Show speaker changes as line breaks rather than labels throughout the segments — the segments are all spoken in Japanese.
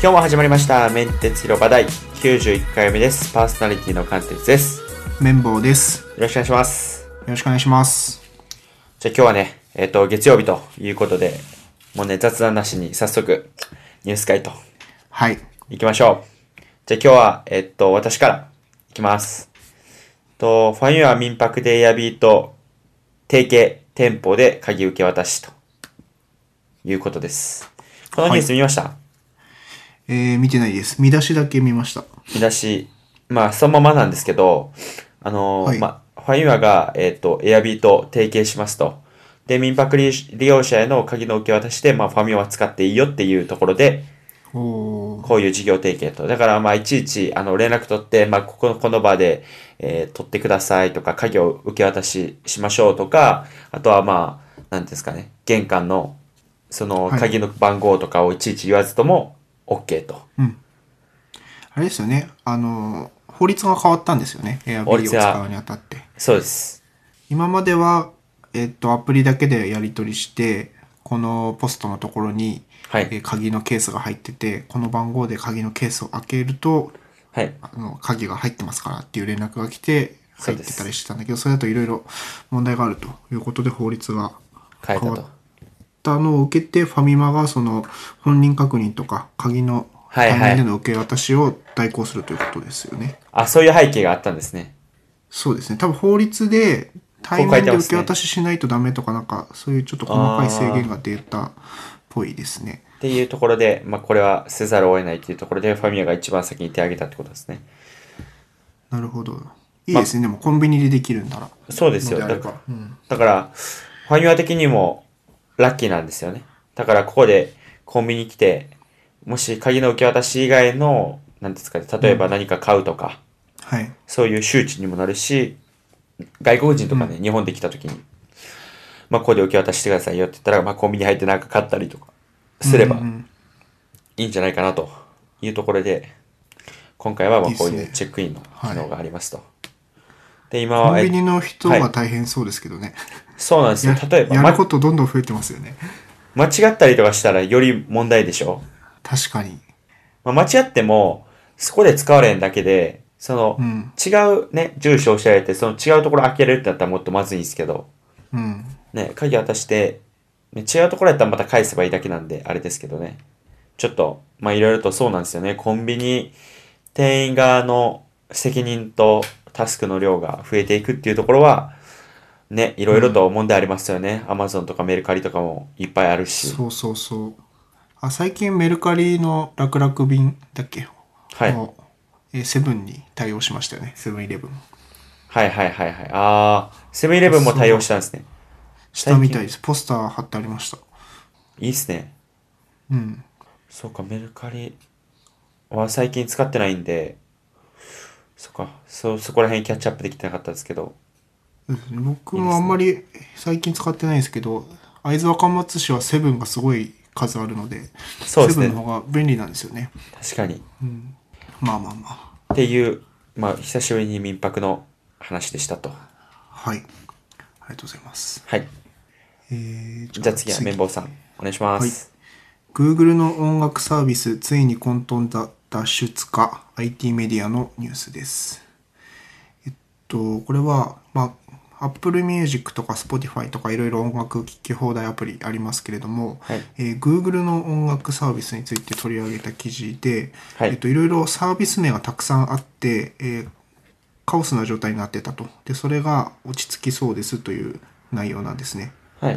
今日も始まりました。メンテツ広場第91回目です。パーソナリティの関鉄です。よ
綿棒です。よ
ろしくお願いします。
ろしくお願いします。
じゃあ今日はね、えっ、と、月曜日ということで、もうね、雑談なしに早速、ニュース会と
はい。
行きましょう。じゃあ今日は、えっと、私から行きます。と、ファンユア民泊でエアビーと提携店舗で鍵受け渡しということです。このニュース見ました、
えー、見てないです。見出しだけ見ました。
見出し、まあ、そのままなんですけど、あのー
はい
まあ、ファインワが、えっ、と、エアビーと提携しますと。で、民泊利利用者への鍵の受け渡しで、まあ、ファミマは使っていいよっていうところで、
おー。
こういう事業提携と。だから、まあ、いちいち、あの、連絡取って、まあ、ここの、この場で、えー取ってくださいとか、鍵を受け渡ししましょうとか、あとは、まあ、なんていうんですかね、玄関の、その、
はい
鍵の番号とかをいちいち言わずとも、OK と。
あれですよね。あのー、法律が変わったんですよね。エアビ
法
ーを
律が
使うにあたって。
そうです。
今までは、えっと、アプリだけでやり取りして、このポストのところに、
はい
えー鍵のケースが入ってて、この番号で鍵のケースを開けると、
はい。
あの、鍵が入ってますからっていう連絡が来て、
そう
入っ
です
てたりしてたんだけど、それだといろいろ問題があるということで法律が
変えた
変わ
と
っ。たのを受けて、ファミマがその本人確認とか、鍵の
はいはい
対面での受け渡しを代行するということですよね。
あ、そういう背景があったんですね。
そうですね。多分法律で対
こう書い
面
て
で
ま
受
すね
け渡ししないとダメとか、なんかそういうちょっと細かい制限が出たっぽいですね。
っていうところで、まあ、これはせざるを得ないっていうところで、ファミアが一番先に手を挙げたってことですね。
なるほど。いいですね。でもコンビニでできるんなら。
そうですよ。
の
だ
であ
か
れば
ら、
うん
だからファミア的にもラッキーなんですよね。だから、ここでコンビニ来て、もし鍵の受け渡し以外の、なんですかね、例えば何か買うとか、
はい。
そういう周知にもなるし、外国人とかね、日本で来た時に、まあ、ここで受け渡ししてくださいよって言ったら、まあ、コンビニ入ってなんか買ったりとかすれば、
うんうん
いいんじゃないかなというところで、今回はまあ
いいっ
こう
すね
いうチェックインの機能がありますと。で、今
コ
は、
ン
え
ビニの人
は
が
い
大変そうですけどね。
そうなんですよ
や。
例えば、
やる
ま
こ、とどんどん増えてますよね。
間違ったりとかしたらより問題でしょ、
確かに。
まあ、間違っても、そこで使われんだけで、その、
うん。
違うね、住所を教えられて、その違うところ開けれるってなったらもっとまずいんですけど、
うん。
ね、鍵渡して、ね、違うところやったらまた返せばいいだけなんで、あれですけどね。ちょっと、まあいろいろとそうなんですよね。コンビニ、店員側の責任とタスクの量が増えていくっていうところは、ね、いろいろと問題ありますよね。アマゾンとかメルカリとかもいっぱいあるし。
そうそうそう。あ、最近メルカリの楽々便だっけ
はい。はい
のえーセブンに対応しましたよね。セブンイレブン。
はいはいはい。あー、セブンイレブンも対応したんですね。
下みたいです。ポスター貼ってありました。
いいっすね。
うん。
そうか、メルカリは最近使ってないんで、そっか、そ、そこら辺キャッチアップできてなかったですけど。
僕もあんまり最近使ってないんですけど、会津若松市はセブンがすごい数あるので、
そうです
セ
ね
ブンの方が便利なんですよね。
確かに。
うん。まあまあま
っていう、まあ、久しぶりに民泊の話でしたと。
あ。はい。ありがとうございます。
はい。
えー、
じゃあ次は綿棒さん、お願いします。
Google の音楽サービスついに混沌だ脱出か IT メディアのニュースです。えっと、これは、まあ、Apple Music とか Spotify とかいろいろ音楽聴き放題アプリありますけれども、
はい
えー Google の音楽サービスについて取り上げた記事で、
はい
えっと、いろいろサービス名がたくさんあって、えーカオスな状態になってたと。で、それが落ち着きそうですという内容なんですね。
はい。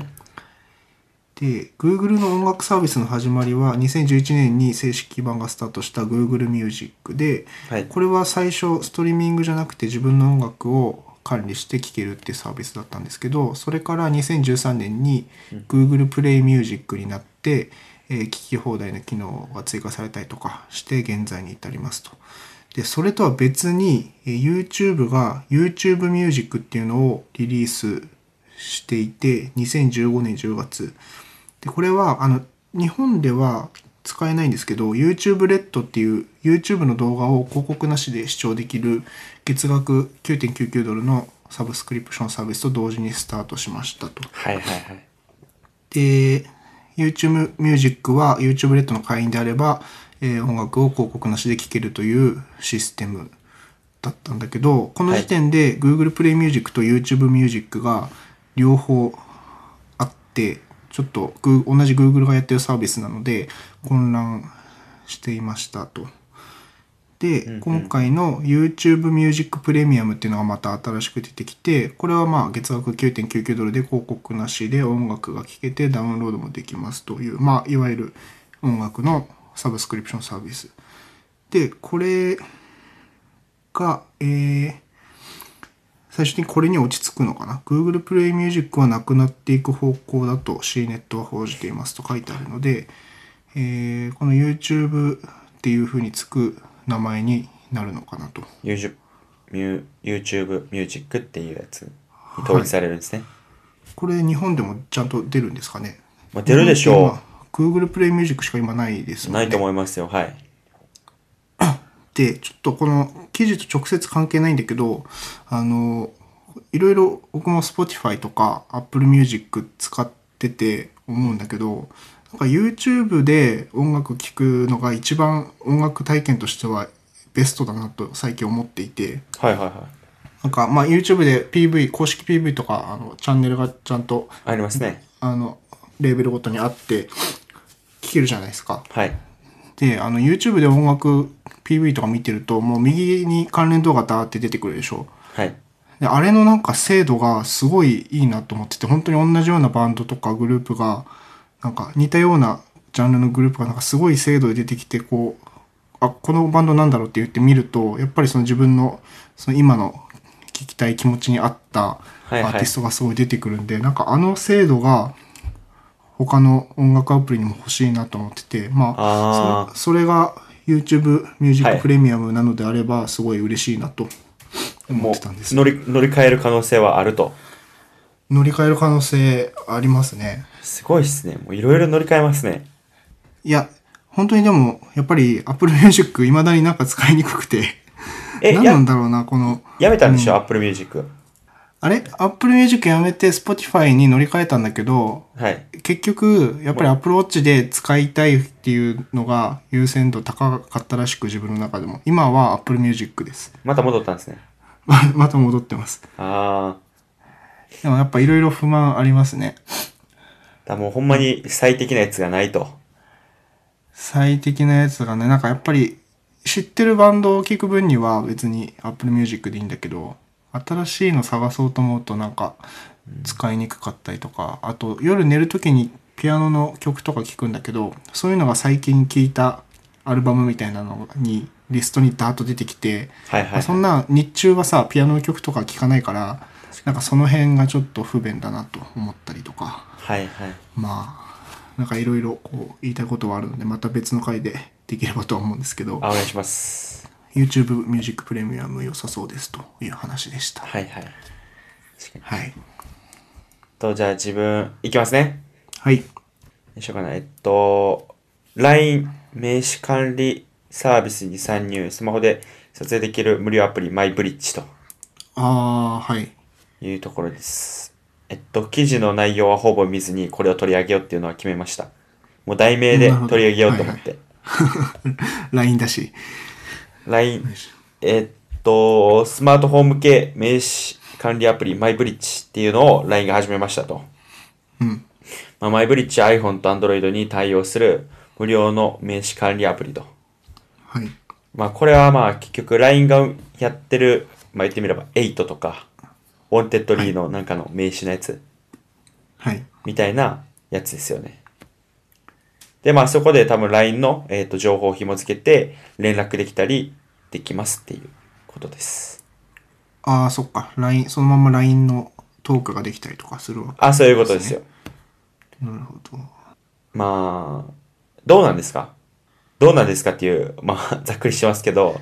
で、Google の音楽サービスの始まりは2011年に正式版がスタートした Google Music で、
はい。
これは最初ストリーミングじゃなくて自分の音楽を管理して聴けるっていうサービスだったんですけど、それから2013年に Google Play Music になって、えー聴き放題の機能が追加されたりとかして現在に至りますと。で、それとは別に、えー YouTube が YouTube Music っていうのをリリースしていて、2015年10月。で、これは、あの、日本では使えないんですけど、YouTube Red っていう YouTube の動画を広告なしで視聴できる月額9.99ドルのサブスクリプションサービスと同時にスタートしましたと。
はいはいはい。
で、YouTube Music は YouTube Red の会員であれば、えー音楽を広告なしで聴けるというシステムだったんだけど、この時点で Google Play Music と YouTube Music が両方あって、ちょっとグー同じ Google がやってるサービスなので混乱していましたと。で、
うんうん
今回の YouTube Music Premium っていうのがまた新しく出てきて、これはまあ月額9.99ドルで広告なしで音楽が聴けてダウンロードもできますという、まあいわゆる音楽のサブスクリプションサービス。で、これが、えー最終的にこれに落ち着くのかな Google Play Music はなくなっていく方向だと C ネットは報じていますと書いてあるので、えーこの YouTube っていう風につく名前になるのかなと。
YouTube ミュ YouTube ミュージックっていうやつに統一されるんですね。
これ日本でもちゃんと出るんですかね
まあ、出るでしょ
う。Google Play Music しか今ないです
う。
も
な
んね
いと思いますよ。はい。
でちょっとこの記事と直接関係ないんだけどあのいろいろ僕も Spotify とか Apple Music 使ってて思うんだけどなんか YouTube で音楽聴くのが一番音楽体験としてはベストだなと最近思っていて
はいはいはい。
なんかまあ YouTube で PV 公式 PV とかあのチャンネルがちゃんと
ありますね。
あのレーベルごとにあって聴けるじゃないですか。
はい。
で、あの、YouTube で音楽 PV とか見てると、もう右に関連動画だーって出てくるでしょ。
はい。
で、あれのなんか精度がすごいいいなと思ってて、本当に同じようなバンドとかグループが、なんか似たようなジャンルのグループがなんかすごい精度で出てきて、こう、あ、このバンドなんだろうって言ってみると、やっぱりその自分の、その今の聞きたい気持ちに合ったア
いはい
ーティストがすごい出てくるんで、なんかあの精度が、他の音楽アプリにも欲しいなと思ってて、ま
あ
あ、そそれが YouTube ミュージッ
はい
クプレミアムなのであればすごい嬉しいなと
ー、も
思ってたんです、
う乗り乗り換える可能性はあると。
乗り換える可能性ありますね
すごいっすね。もういろいろ乗り換えますね。
いや本当にでもやっぱり Apple Music 未だになんか使いにくくて
え、
何な
や
んだろうなこの
やめたんでしょ、?Apple Music。
あれ Apple Music やめて Spotify に乗り換えたんだけど
はい。
結局やっぱり Apple Watch で使いたいっていうのが優先度高かったらしく自分の中でも今は Apple Music です
また戻ったんですね。
また戻ってます
あ
でもやっぱいろいろ不満ありますね。
ー。だもうほんまに最適なやつがないと。
最適なやつがね、なんかやっぱり知ってるバンドを聴く分には別に Apple Music でいいんだけど、新しいの探そうと思うとなんか使いにくかったりとか、あと夜寝る時にピアノの曲とか聴くんだけど、そういうのが最近聴いたアルバムみたいなのにリストにダーッと出てきて、
はいはい、はい。
そんな日中はさ、ピアノの曲とか聴かないから、なんかその辺がちょっと不便だなと思ったりとか。
はいはい。
まあ、なんかいろいろこう言いたいことはあるので、また別の回でできればとは思うんですけど、
あ、お願いします。
YouTube ミュージックプレミアム良さそうですという話でした。
はいはい。
はい。
と、じゃあ自分、いきますね。
はい。
でしょうかな。えっと、LINE 名刺管理サービスに参入、スマホで撮影できる無料アプリ、マイブリッジと
あー、はい。
いうところです。えっと、記事の内容はほぼ見ずに、これを取り上げようっていうのは決めました。もう題名で
なるほど
取り上げようと思って。
LINE だし。
LINE、えっと、スマートフォーム系名刺管理アプリ、マイブリッジっていうのを LINE が始めましたと。
うん。
まあ、マイブリッジ iPhone と Android に対応する無料の名刺管理アプリと。
はい。
まあこれはまあ結局 LINE がやってる、まあ言ってみれば8とか、ウォンテッドリーのなんかの名刺のやつ
はい。
みたいなやつですよね。でまあそこで多分 LINE の、えー、と情報を紐付けて連絡できたりできますっていうことです。
あー、そっか。LINE、そのまま LINE のトークができたりとかするわ
あ、そういうことですよ。
け。なるほど。
まあ、どうなんですかどうなんですかっていう、まあ ざっくりしてますけど、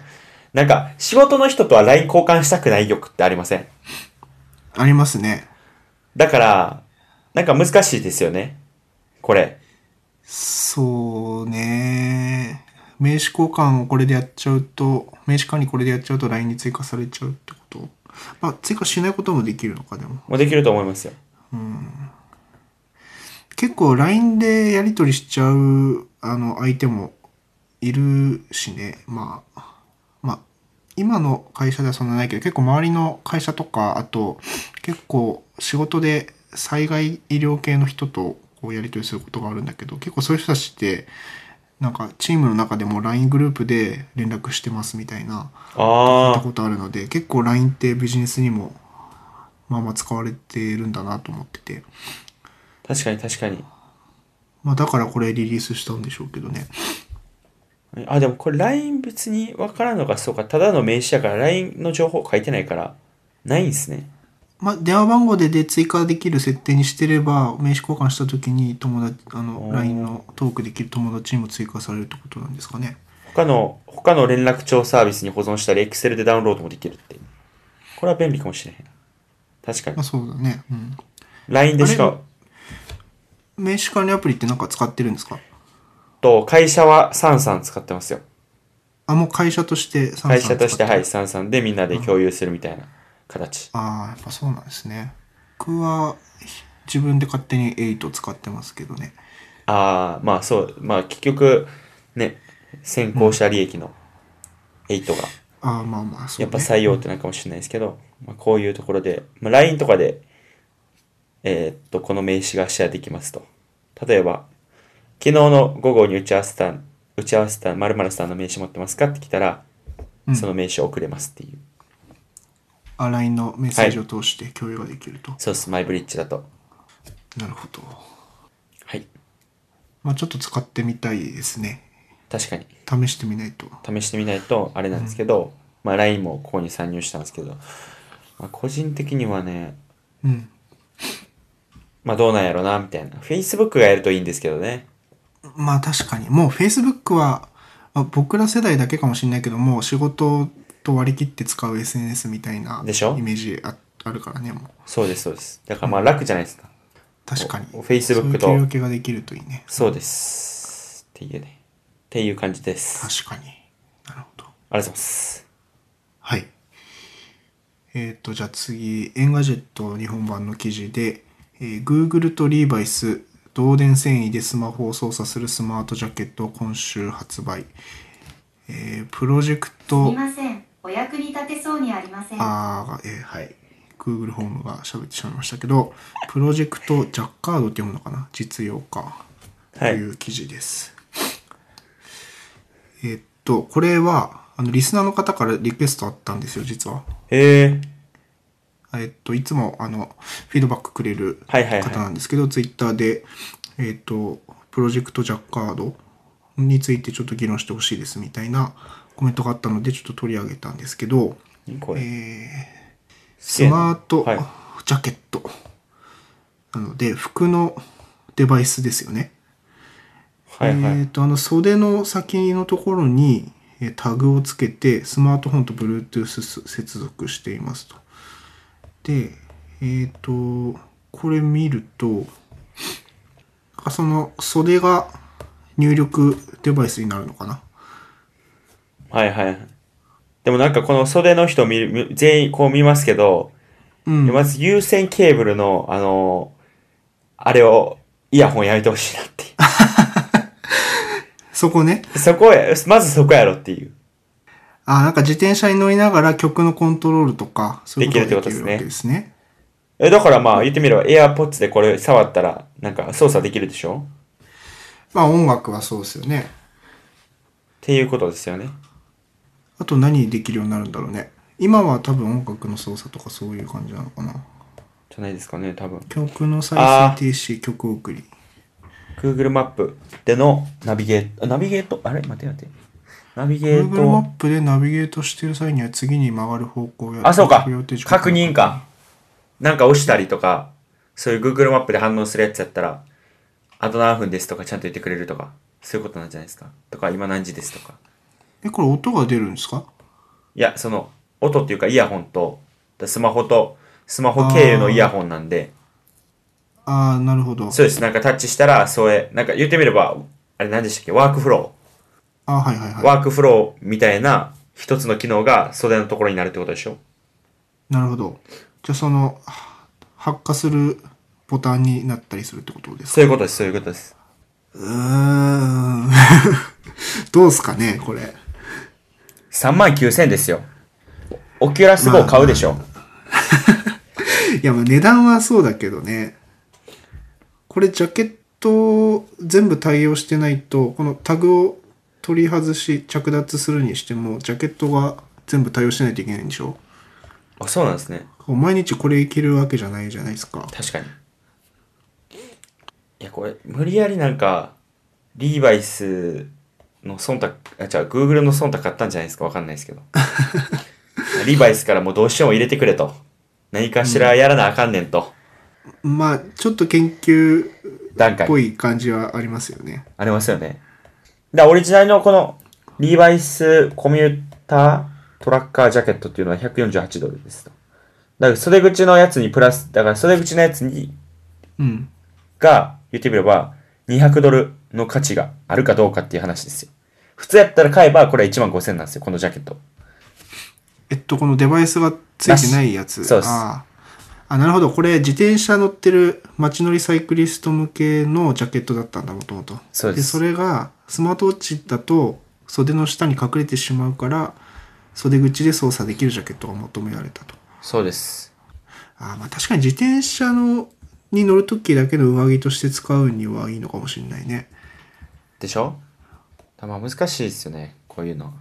なんか仕事の人とは LINE 交換したくない欲ってありません
ありますね。
だから、なんか難しいですよね。これ。
そうね。名刺交換をこれでやっちゃうと、名刺管理これでやっちゃうと LINE に追加されちゃうってことまあ、追加しないこともできるのか、でも。
もうできると思いますよ。
結構 LINE でやり取りしちゃう、あの、相手もいるしね、まあ、まあ、今の会社ではそんなないけど、結構周りの会社とか、あと、結構仕事で災害医療系の人とこうやり取りすることがあるんだけど、結構そういう人たちって、なんかチームの中でも LINE グループで連絡してますみたいな、聞いた
あ
ことあるので、結構 LINE ってビジネスにも、まあまあ使われてるんだなと思ってて。
あ、確かに確かに。
まあだからこれリリースしたんでしょうけどね。
あ、でもこれ LINE 別にわからんのか、そうか、ただの名刺やから LINE の情報書いてないから、ないんすね。
まあ、電話番号でで追加できる設定にしてれば名刺交換した時に友達あの LINE のトークできる友達にも追加されるってことなんですかね
他の、他の連絡帳サービスに保存したり、Excel でダウンロードもできるって。これは便利かもしれへんな。確かに
まあ。そうだね、うん、
LINE でし
あ
か
れ、名刺管理アプリってなんか使ってるんですか
と、会社はサンサン使ってますよ。
あもう会社としてサンサン
会社として、
使って
は
る
い、サンサンでみんなで共有するみたいな形。
ああやっぱそうなんですね僕は自分で勝手に8使ってますけどね
ああ、まあそう、まあ結局、ね、先行者利益の8が、
ああまあまあそう、
やっ
ね、
ぱ採用ってなるかもしれないですけど、まあ、こういうところで、まあ、LINE とかで、えーっと、この名刺がシェアできますと。例えば、昨日の午後に打ち合わせた、打ち合わせた〇〇さんの名刺持ってますかって来たら、
うん
その名刺を送れますっていう。
あ LINE のメッセージを通して共有ができると、
そうです、マイブリッジだと。
なるほど
はい、
まあちょっと使ってみたいですね
確かに。
試してみないと
試してみないとあれなんですけど、まあ LINE もここに参入したんですけど、まあ、個人的にはね、
うん
まあどうなんやろな、みたいな。Facebook がやるといいんですけどね。
まあ確かに。もう Facebook は、まあ僕ら世代だけかもしれないけども、仕事と割り切って使う SNS みたいなイメ
でしょ
ージああるからね、もう。
そうです、そうです。だからまあ楽じゃないですか。
確かに。
お Facebook と
そういう切り分けができるといいね。
そうです。っていうね。っていう感じです。あり
確かに。なるほ
が
ど。
とうございます。
はい。えっ、と、じゃあ次、エンガジェット日本版の記事で、えー Google とリーバイス、導電繊維でスマホを操作するスマートジャケットを今週発売。えープロジェク
す
ト
みません。お役に立てそうにありません。
あーえーはい。Google ホームが喋ってしまいましたけど、プロジェクトジャッカードって読むのかな実用化と
はい
いう記事です。えーっと、これは、あの、リスナーの方からリクエストあったんですよ、実は。
へえ。
えーっと、いつも、あの、フィードバックくれる
はいはいはい
方なんですけど、Twitter で、えーっと、プロジェクトジャッカードについてちょっと議論してほしいですみたいなコメントがあったので、ちょっと取り上げたんですけど、
何こ
え
れ。
ースマート
はい
ジャケット。なので、服のデバイスですよね。
はいは
えっ、
い。
と、あの、袖の先のところにえータグをつけて、スマートフォンと Bluetooth 接続していますと。で、えっ、と、これ見ると、あその袖が入力デバイスになるのかな
はいはい。でもなんかこの袖の人見る、見全員こう見ますけど、
うん。
まず有線ケーブルの、あのあれを、イヤホンやめてほしいなっていう。
そこね。
そこへ、まずそこやろっていう。
あ、なんか自転車に乗りながら曲のコントロールとか、そういうことができるわけ
できるってこと
で
です
ね。
え、だからまあ言ってみれば AirPods でこれ触ったら、なんか操作できるでしょ
まあ音楽はそうですよね。
っていうことですよね。
あと何できるようになるんだろうね。今は多分音楽の操作とかそういう感じなのかな。
じゃないですかね、多分。
曲の再生停止、曲送り。
Google マップでのナビゲート、あナビゲート、あれ待って待って。ナビゲ
Google マッ
ー
プでナビゲートしてる際には次に曲がる方向や
ト、あ、そうか
着用停止。
確認。か。なんか押したりとか、そういう Google マップで反応するやつやったら、あと何分ですとかちゃんと言ってくれるとか、そういうことなんじゃないですか。とか、今何時ですとか。
え、これ音が出るんですか
いや、その、音っていうかイヤホンと、スマホと、スマホ経由のイヤホンなんで、
ああ、なるほど。
そうです。なんかタッチしたら、そうや、なんか言ってみれば、あれ何でしたっけワークフロ
あはいはい
ー。
は
ワークフローみたいな一つの機能が袖のところになるってことでしょ
い。なるほど。じゃあその、は発火するボタンになったりするってことですか
そういうことです、そういうことです。
うーん。 どうすかね、これ。
3万9000円ですよ。オキュラス号買うでしょ。
いや、まあ値段はそうだけどね。これ、ジャケット全部対応してないと、このタグを取り外し、着脱するにしても、ジャケットが全部対応してないといけないんでしょ
あ、そうなんですね。
毎日これいけるわけじゃないじゃないですか。
確かに。いや、これ、無理やりなんか、リーバイスの忖度、あ、違う、Google の忖度買ったんじゃないですかわかんない ですけど。リーバイスからもうどうしても入れてくれと。何かしらやらなあかんねんと。
まあ、ちょっと研究
段
っ
階。
ぽい感じはありますよね。
ありますよね。だからオリジナルのこの、リーバイスコミュータートラッカージャケットっていうのは148ドルですと。だから袖口のやつにプラス、だから袖口のやつに
うん。
が、言ってみれば、200ドルの価値があるかどうかっていう話ですよ。普通やったら買えば、これは1万5000なんですよ、このジャケット。
えっと、このデバイスがついてないやつ。
なしそうです
あああ、なるほど。これ、自転車乗ってる街乗りサイクリスト向けのジャケットだったんだ、もともと。
そうです
それが、スマートウォッチだと、袖の下に隠れてしまうから、袖口で操作できるジャケットが求められたと。
そうです。
ああ、まあ確かに自転車のに乗るときだけの上着として使うにはいいのかもしれないね。
でしょだからまあ難しいですよね、こういうの。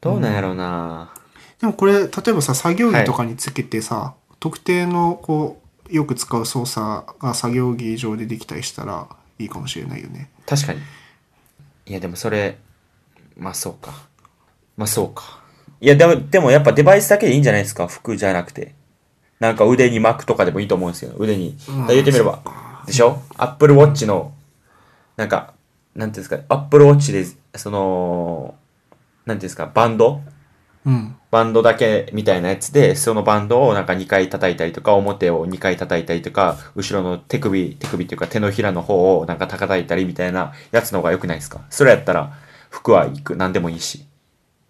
どうなんやろうな、
でもこれ、例えばさ、作業着とかにつけてさ、特定の、こう、よく使う操作が作業着上でできたりしたらいいかもしれないよね。
確かに。いや、でもそれ、まあそうか。まあそうか。いや、でも、でもやっぱデバイスだけでいいんじゃないですか服じゃなくて。なんか腕に巻くとかでもいいと思うんですよ。腕に。だ
ん
から言ってみれば。でしょアップルウォッチの、なんか、なんていうんですか、アップルウォッチで、その、なんていうんですか、バンド
うん。
バンドだけみたいなやつで、そのバンドをなんか2回叩いたりとか、表を2回叩いたりとか、後ろの手首、手首っていうか手のひらの方をなんか叩いたりみたいなやつの方が良くないですかそれやったら、服はいく、何でもいいし。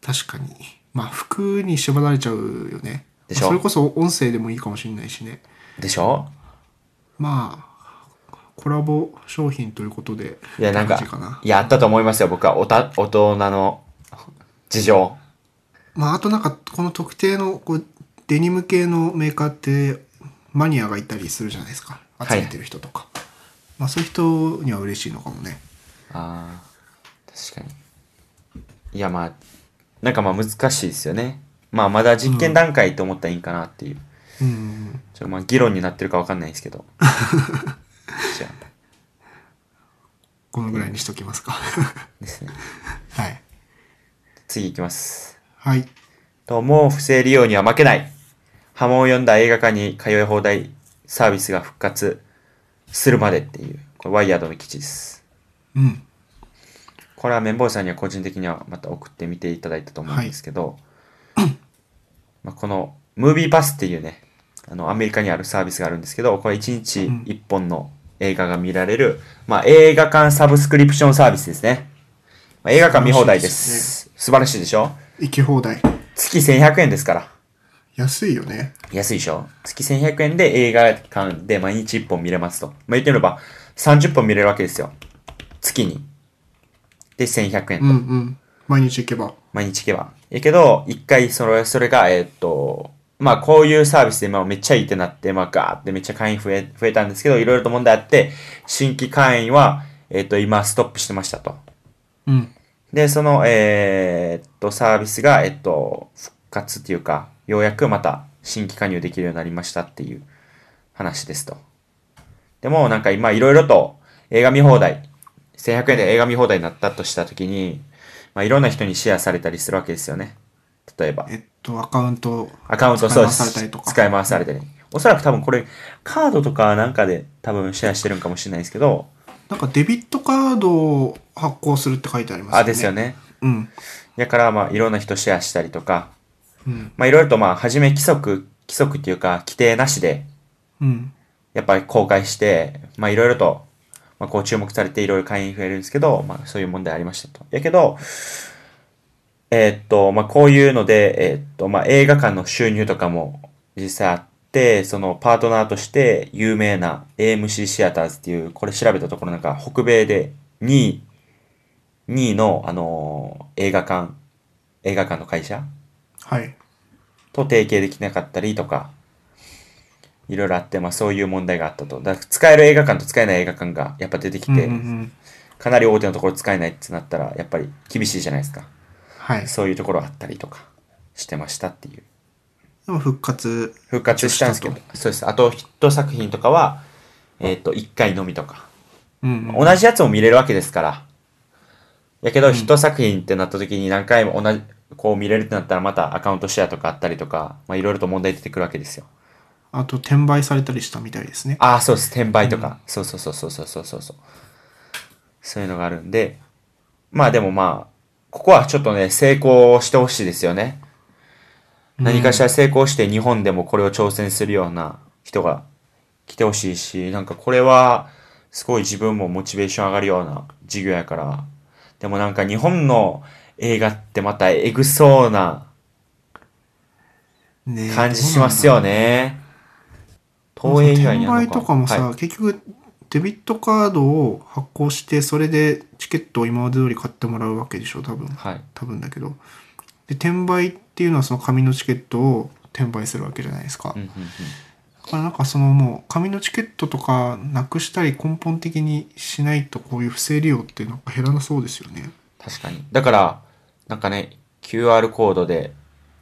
確かに。まあ、服に縛られちゃうよね。
でしょ
それこそ音声でもいいかもしれないしね。
でしょ
まあ、コラボ商品ということで、
いや、なんか
って感じな、
いや、あったと思いますよ、僕は。おた、大人の事情。
まあ、あとなんか、この特定の、こう、デニム系のメーカーって、マニアがいたりするじゃないですか。集めてる人とか。まあ、そういう人には嬉しいのかもね。
ああ、確かに。いや、まあ、なんかまあ難しいですよね。まあまだ実験段階と思ったらいいんかなっていう。
うん。
ちょまあ議論になってるかわかんないですけど。じゃあ、
このぐらいにしときますか。
ですね。
はい。
次いきます。
はい。
と、もう不正利用には負けない。波紋を読んだ映画館に通い放題サービスが復活するまでっていう、これワイヤードの記事です。
うん。
これは綿棒さんには個人的にはまた送ってみていただいたと思うんですけど、 まあこのムービーパスっていうね、あのアメリカにあるサービスがあるんですけど、これ1日
うん
1本の映画が見られる、まあ映画館サブスクリプションサービスですね。まあ、映画館見放題です。素晴らしいでしょ
行き放題。
月1100円ですから。
安いよね。
安いでしょ月1100円で映画館で毎日1本見れますと。まあ、言ってみれば30本見れるわけですよ。月に。で1100円
うんうん。毎日行けば。
毎日行けば。やけど、一回、それ、それが、えーっと、まあ、こういうサービスで、まあ、めっちゃいいってなって、まあ、ガーってめっちゃ会員増え、増えたんですけど、いろいろと問題あって、新規会員は、えーっと、今、ストップしてましたと。
うん。
で、その、えーっと、サービスが、えっと、復活っていうか、ようやくまた新規加入できるようになりましたっていう話ですと。でも、なんか今、いろいろと映画見放題、1100円で映画見放題になったとしたときに、まあ、いろんな人にシェアされたりするわけですよね。例えば、
えっと、アカウント。
アカウント、
使
そ
いう
で
回された
す
りと。か
使い回されたり。おそらく多分これ、カードとかなんかで多分シェアしてるんかもしれないですけど、
なんかデビットカードを発行するって書いてあります
あ、ですよ。ね。
うん。
だから、まあ、いろんな人シェアしたりとか、
うん。
まあ、いろいろとまあ、はじめ規則、規則っていうか、規定なしで、
うん。
やっぱり公開して、まあ、いろいろと、まあ、こう注目されていろいろ会員増えるんですけど、まあ、そういう問題ありましたと。やけど、えーっと、まあ、こういうので、えーっと、まあ、映画館の収入とかも実際あって、そのパートナーとして有名な AMC シアターズっていう、これ調べたところなんか北米で2位、 2位の、あのー映画館、映画館の会社
はい。
と提携できなかったりとか、いろいろあって、まあそういう問題があったと。だから使える映画館と使えない映画館がやっぱ出てきて、
うんうんうん
かなり大手のところ使えないってなったら、やっぱり厳しいじゃないですか。
はい。
そういうところあったりとかしてましたっていう。
でも復活。
復活したんですけど、そうです。あとヒット作品とかは、えっ、と、1回のみとか。
うんうん、
同じやつも見れるわけですから。やけど、一作品ってなった時に何回も同じ、こう見れるってなったらまたアカウントシェアとかあったりとか、まあいろいろと問題出てくるわけですよ。
あと転売されたりしたみたいですね。
ああ、そうです。転売とか。そうそうそうそうそうそうそうそう。そういうのがあるんで。まあでもまあ、ここはちょっとね、成功してほしいですよね。何かしら成功して日本でもこれを挑戦するような人が来てほしいし、なんかこれはすごい自分もモチベーション上がるような事業やから。でもなんか日本の映画ってまたエグそうな
ねえ
感じします。よね。東映以外にあるの
転売
か
とかもさ、
はい
結局デビットカードを発行してそれでチケットを今まで通り買ってもらうわけでしょ多分
はい。
多分だけどで転売っていうのはその紙のチケットを転売するわけじゃないですか、
うんうんうん
だからなんかそのもう紙のチケットとかなくしたり根本的にしないとこういう不正利用ってなんか減らなそうですよね
確かに。だから、なんかね、QR コードで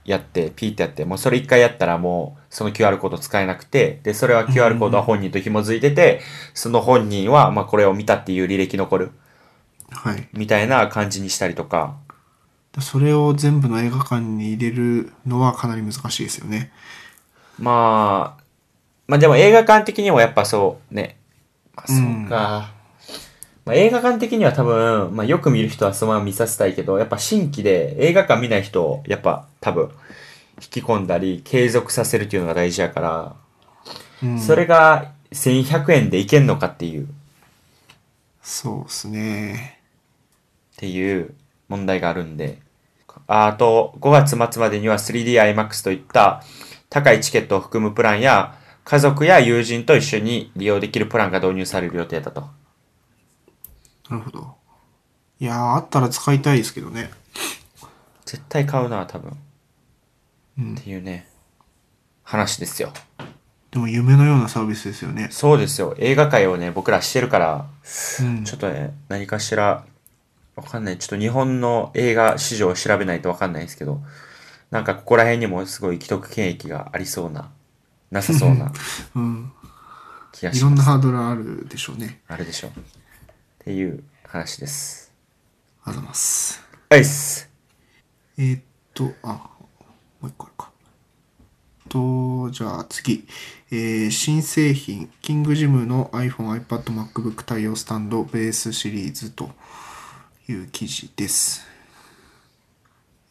やって、ピーってやって、もうそれ一回やったらもう、その QR コード使えなくて、で、それは QR コードは本人と紐づいてて、その本人は、まあこれを見たっていう履歴残る、
はい
みたいな感じにしたりとか、
でそれを全部の映画館に入れるのはかなり難しいですよね
まあ、まあでも映画館的にもやっぱそうね。まあそうか。まあ映画館的には多分、まあよく見る人はそのまま見させたいけど、やっぱ新規で映画館見ない人をやっぱ多分引き込んだり継続させるっていうのが大事やから、
うん
それが1100円でいけんのかっていう、っ
そうですね
ていう問題があるんで。ああと、5月末までには 3DIMAX といった高いチケットを含むプランや、家族や友人と一緒に利用できるプランが導入される予定だと。
なるほどいやーあったら使いたいですけどね
絶対買うな、多分。
うん
っていうね、話ですよ。
でも夢のようなサービスですよね
そうですよ。映画界をね、僕らしてるから、
うん
ちょっとね、何かしら、わかんない。ちょっと日本の映画市場を調べないとわかんないですけど、なんかここら辺にもすごい既得権益がありそうな、なさそうな
うん
気が
い
し
ろ
ま
ん
す。
なハードルあるでしょうね
あるでしょう。っていう話です。
ありがとうございます
はいっす。
えーっと、あ、もう一個あるか。と、じゃあ次。えー新製品、キングジムの iPhone、iPad、MacBook 対応スタンド、ベースシリーズという記事です。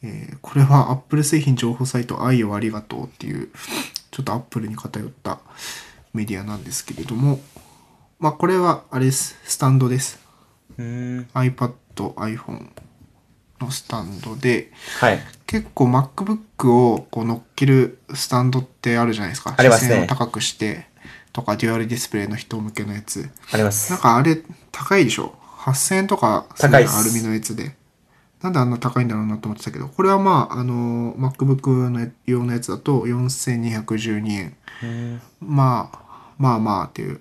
えーこれは Apple 製品情報サイト愛をありがとうっていう、ちょっと Apple に偏ったメディアなんですけれども、まあこれはあれです。スタンドです。
うーん。
iPad、iPhone のスタンドで、
はい。
結構 MacBook をこう乗っけるスタンドってあるじゃないですか。
ありますね
視線を高くしてとか、デュアルディスプレイの人向けのやつ。
ありま
なん
す。
かあれ高いでしょ ?8000 円とかする
高いっす
アルミのやつで。なんであんな高いんだろうなと思ってたけど、これはまあ、あの、MacBook の用のやつだと4212円。まあ、まあまあっていう、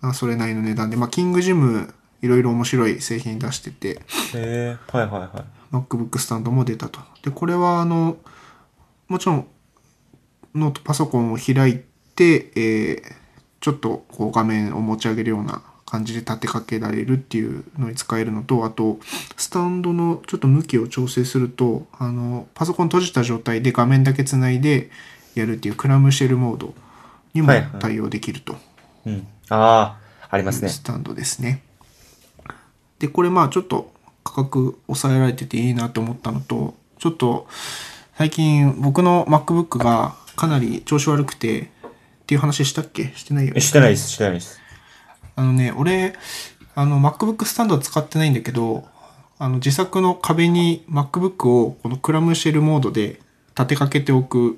あそれなりの値段で、まあ、キングジムいろいろ面白い製品出してて、
へーはいはいは
MacBook スタンドも出たと。で、これはあの、もちろんノートパソコンを開いて、えーちょっとこう画面を持ち上げるような感じで立てかけられるっていうのに使えるのと、あと、スタンドのちょっと向きを調整すると、あの、パソコン閉じた状態で画面だけつないでやるっていうクラムシェルモードにも
はいはい
対応できると。
い。うん。ああ、ありますね。
スタンドですね。で、これまあちょっと価格抑えられてていいなと思ったのと、ちょっと最近僕の MacBook がかなり調子悪くて、っていう話したっけしてないよね
えしてないです、してないです。
あのね、俺、あの MacBook スタンドは使ってないんだけど、あの自作の壁に MacBook をこのクラムシェルモードで立てかけておく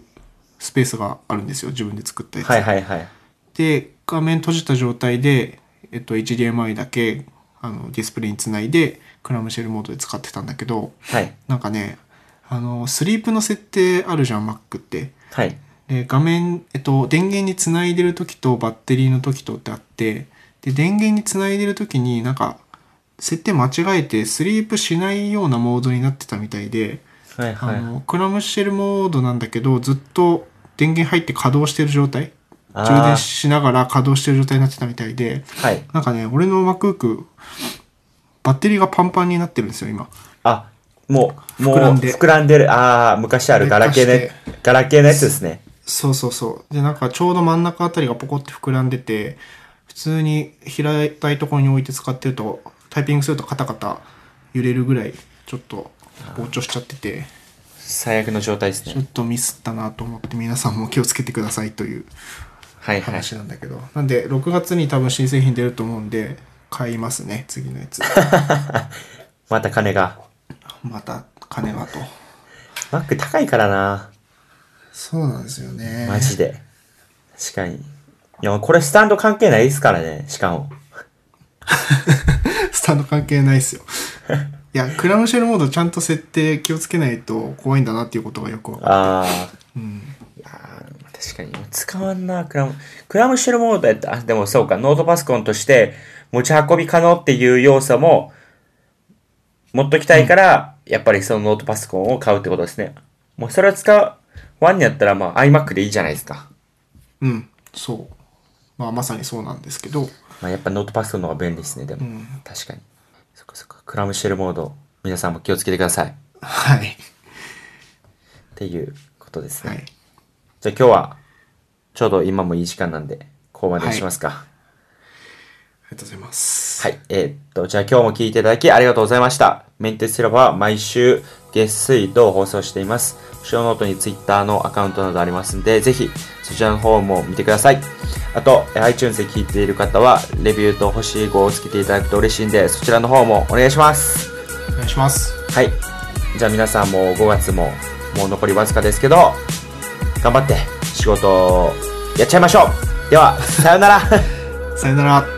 スペースがあるんですよ。自分で作ったやつ。
はいはいはい。
で、画面閉じた状態で、えっと、HDMI だけ、あのディスプレイにつないでクラムシェルモードで使ってたんだけど
はい。
なんかねあのスリープの設定あるじゃん Mac って。
はい。
で画面、えっと、電源につないでる時とバッテリーの時とってあってで電源につないでる時になんか設定間違えてスリープしないようなモードになってたみたいで、
はい。はい。
あのクラムシェルモードなんだけどずっと電源入って稼働してる状態
あー
充電しながら稼働してる状態になってたみたいで
はい。
なんかね俺の MacBook バッテリーがパンパンになってるんですよ今。
あ、もう、もう、
膨らんで
膨らんでる。ああ、昔あるガラケー
劣
ね。ガラケーのやつですね。
そうそうそう。で、なんかちょうど真ん中あたりがポコって膨らんでて、普通に平たいところに置いて使ってると、タイピングするとカタカタ揺れるぐらい、ちょっと膨張しちゃってて、
最悪の状態です
ちょ
ね
っ。とミスったなと思って皆さんも気をつけてくださいという
はいはい。
話なんだけど。なんで、6月に多分新製品出ると思うんで、買いますね、次のや つ。
また金が。
また金はと。
Mac 高いから な。
そうなんですよね。
マジで。確かに。いや、これスタンド関係ないですからね。しかも。
スタンド関係ないっすよ。いや、クラムシェルモードちゃんと設定気をつけないと怖いんだなっていうことがよくわかる。
ああ。
うん。
あー確かに使わんなクラムクラムシェルモードやったあでもそうかノートパソコンとして持ち運び可能っていう要素も持っときたいから、やっぱりそのノートパソコンを買うってことですねもうそれを使うワンにやったらまあ iMac でいいじゃないですか、
うん、そう。まあ、まさにそうなんですけど、
まあ、やっぱノートパソコンの方が便利ですねでも、
うん
確かにそっかそっかクラムシェルモード皆さんも気をつけてくださいっ
はい。
ていうことですね、
はい。
じゃあ今日はちょうど今もいい時間なんでここまでにしますか、
ありがとうございます。
はい。えーっと、じゃあ今日も聞いていただきありがとうございました。メンテスラバは毎週月水土放送しています。後ろノートに Twitter のアカウントなどありますので、ぜひそちらの方も見てください。あと、えー iTunes で聞いている方は、レビューと星5をつけていただくと嬉しいんで、そちらの方もお願いします。
お願いします。
はい。じゃあ皆さんも5月ももう残りわずかですけど、頑張って仕事をやっちゃいましょうでは、さようなら
さよなら。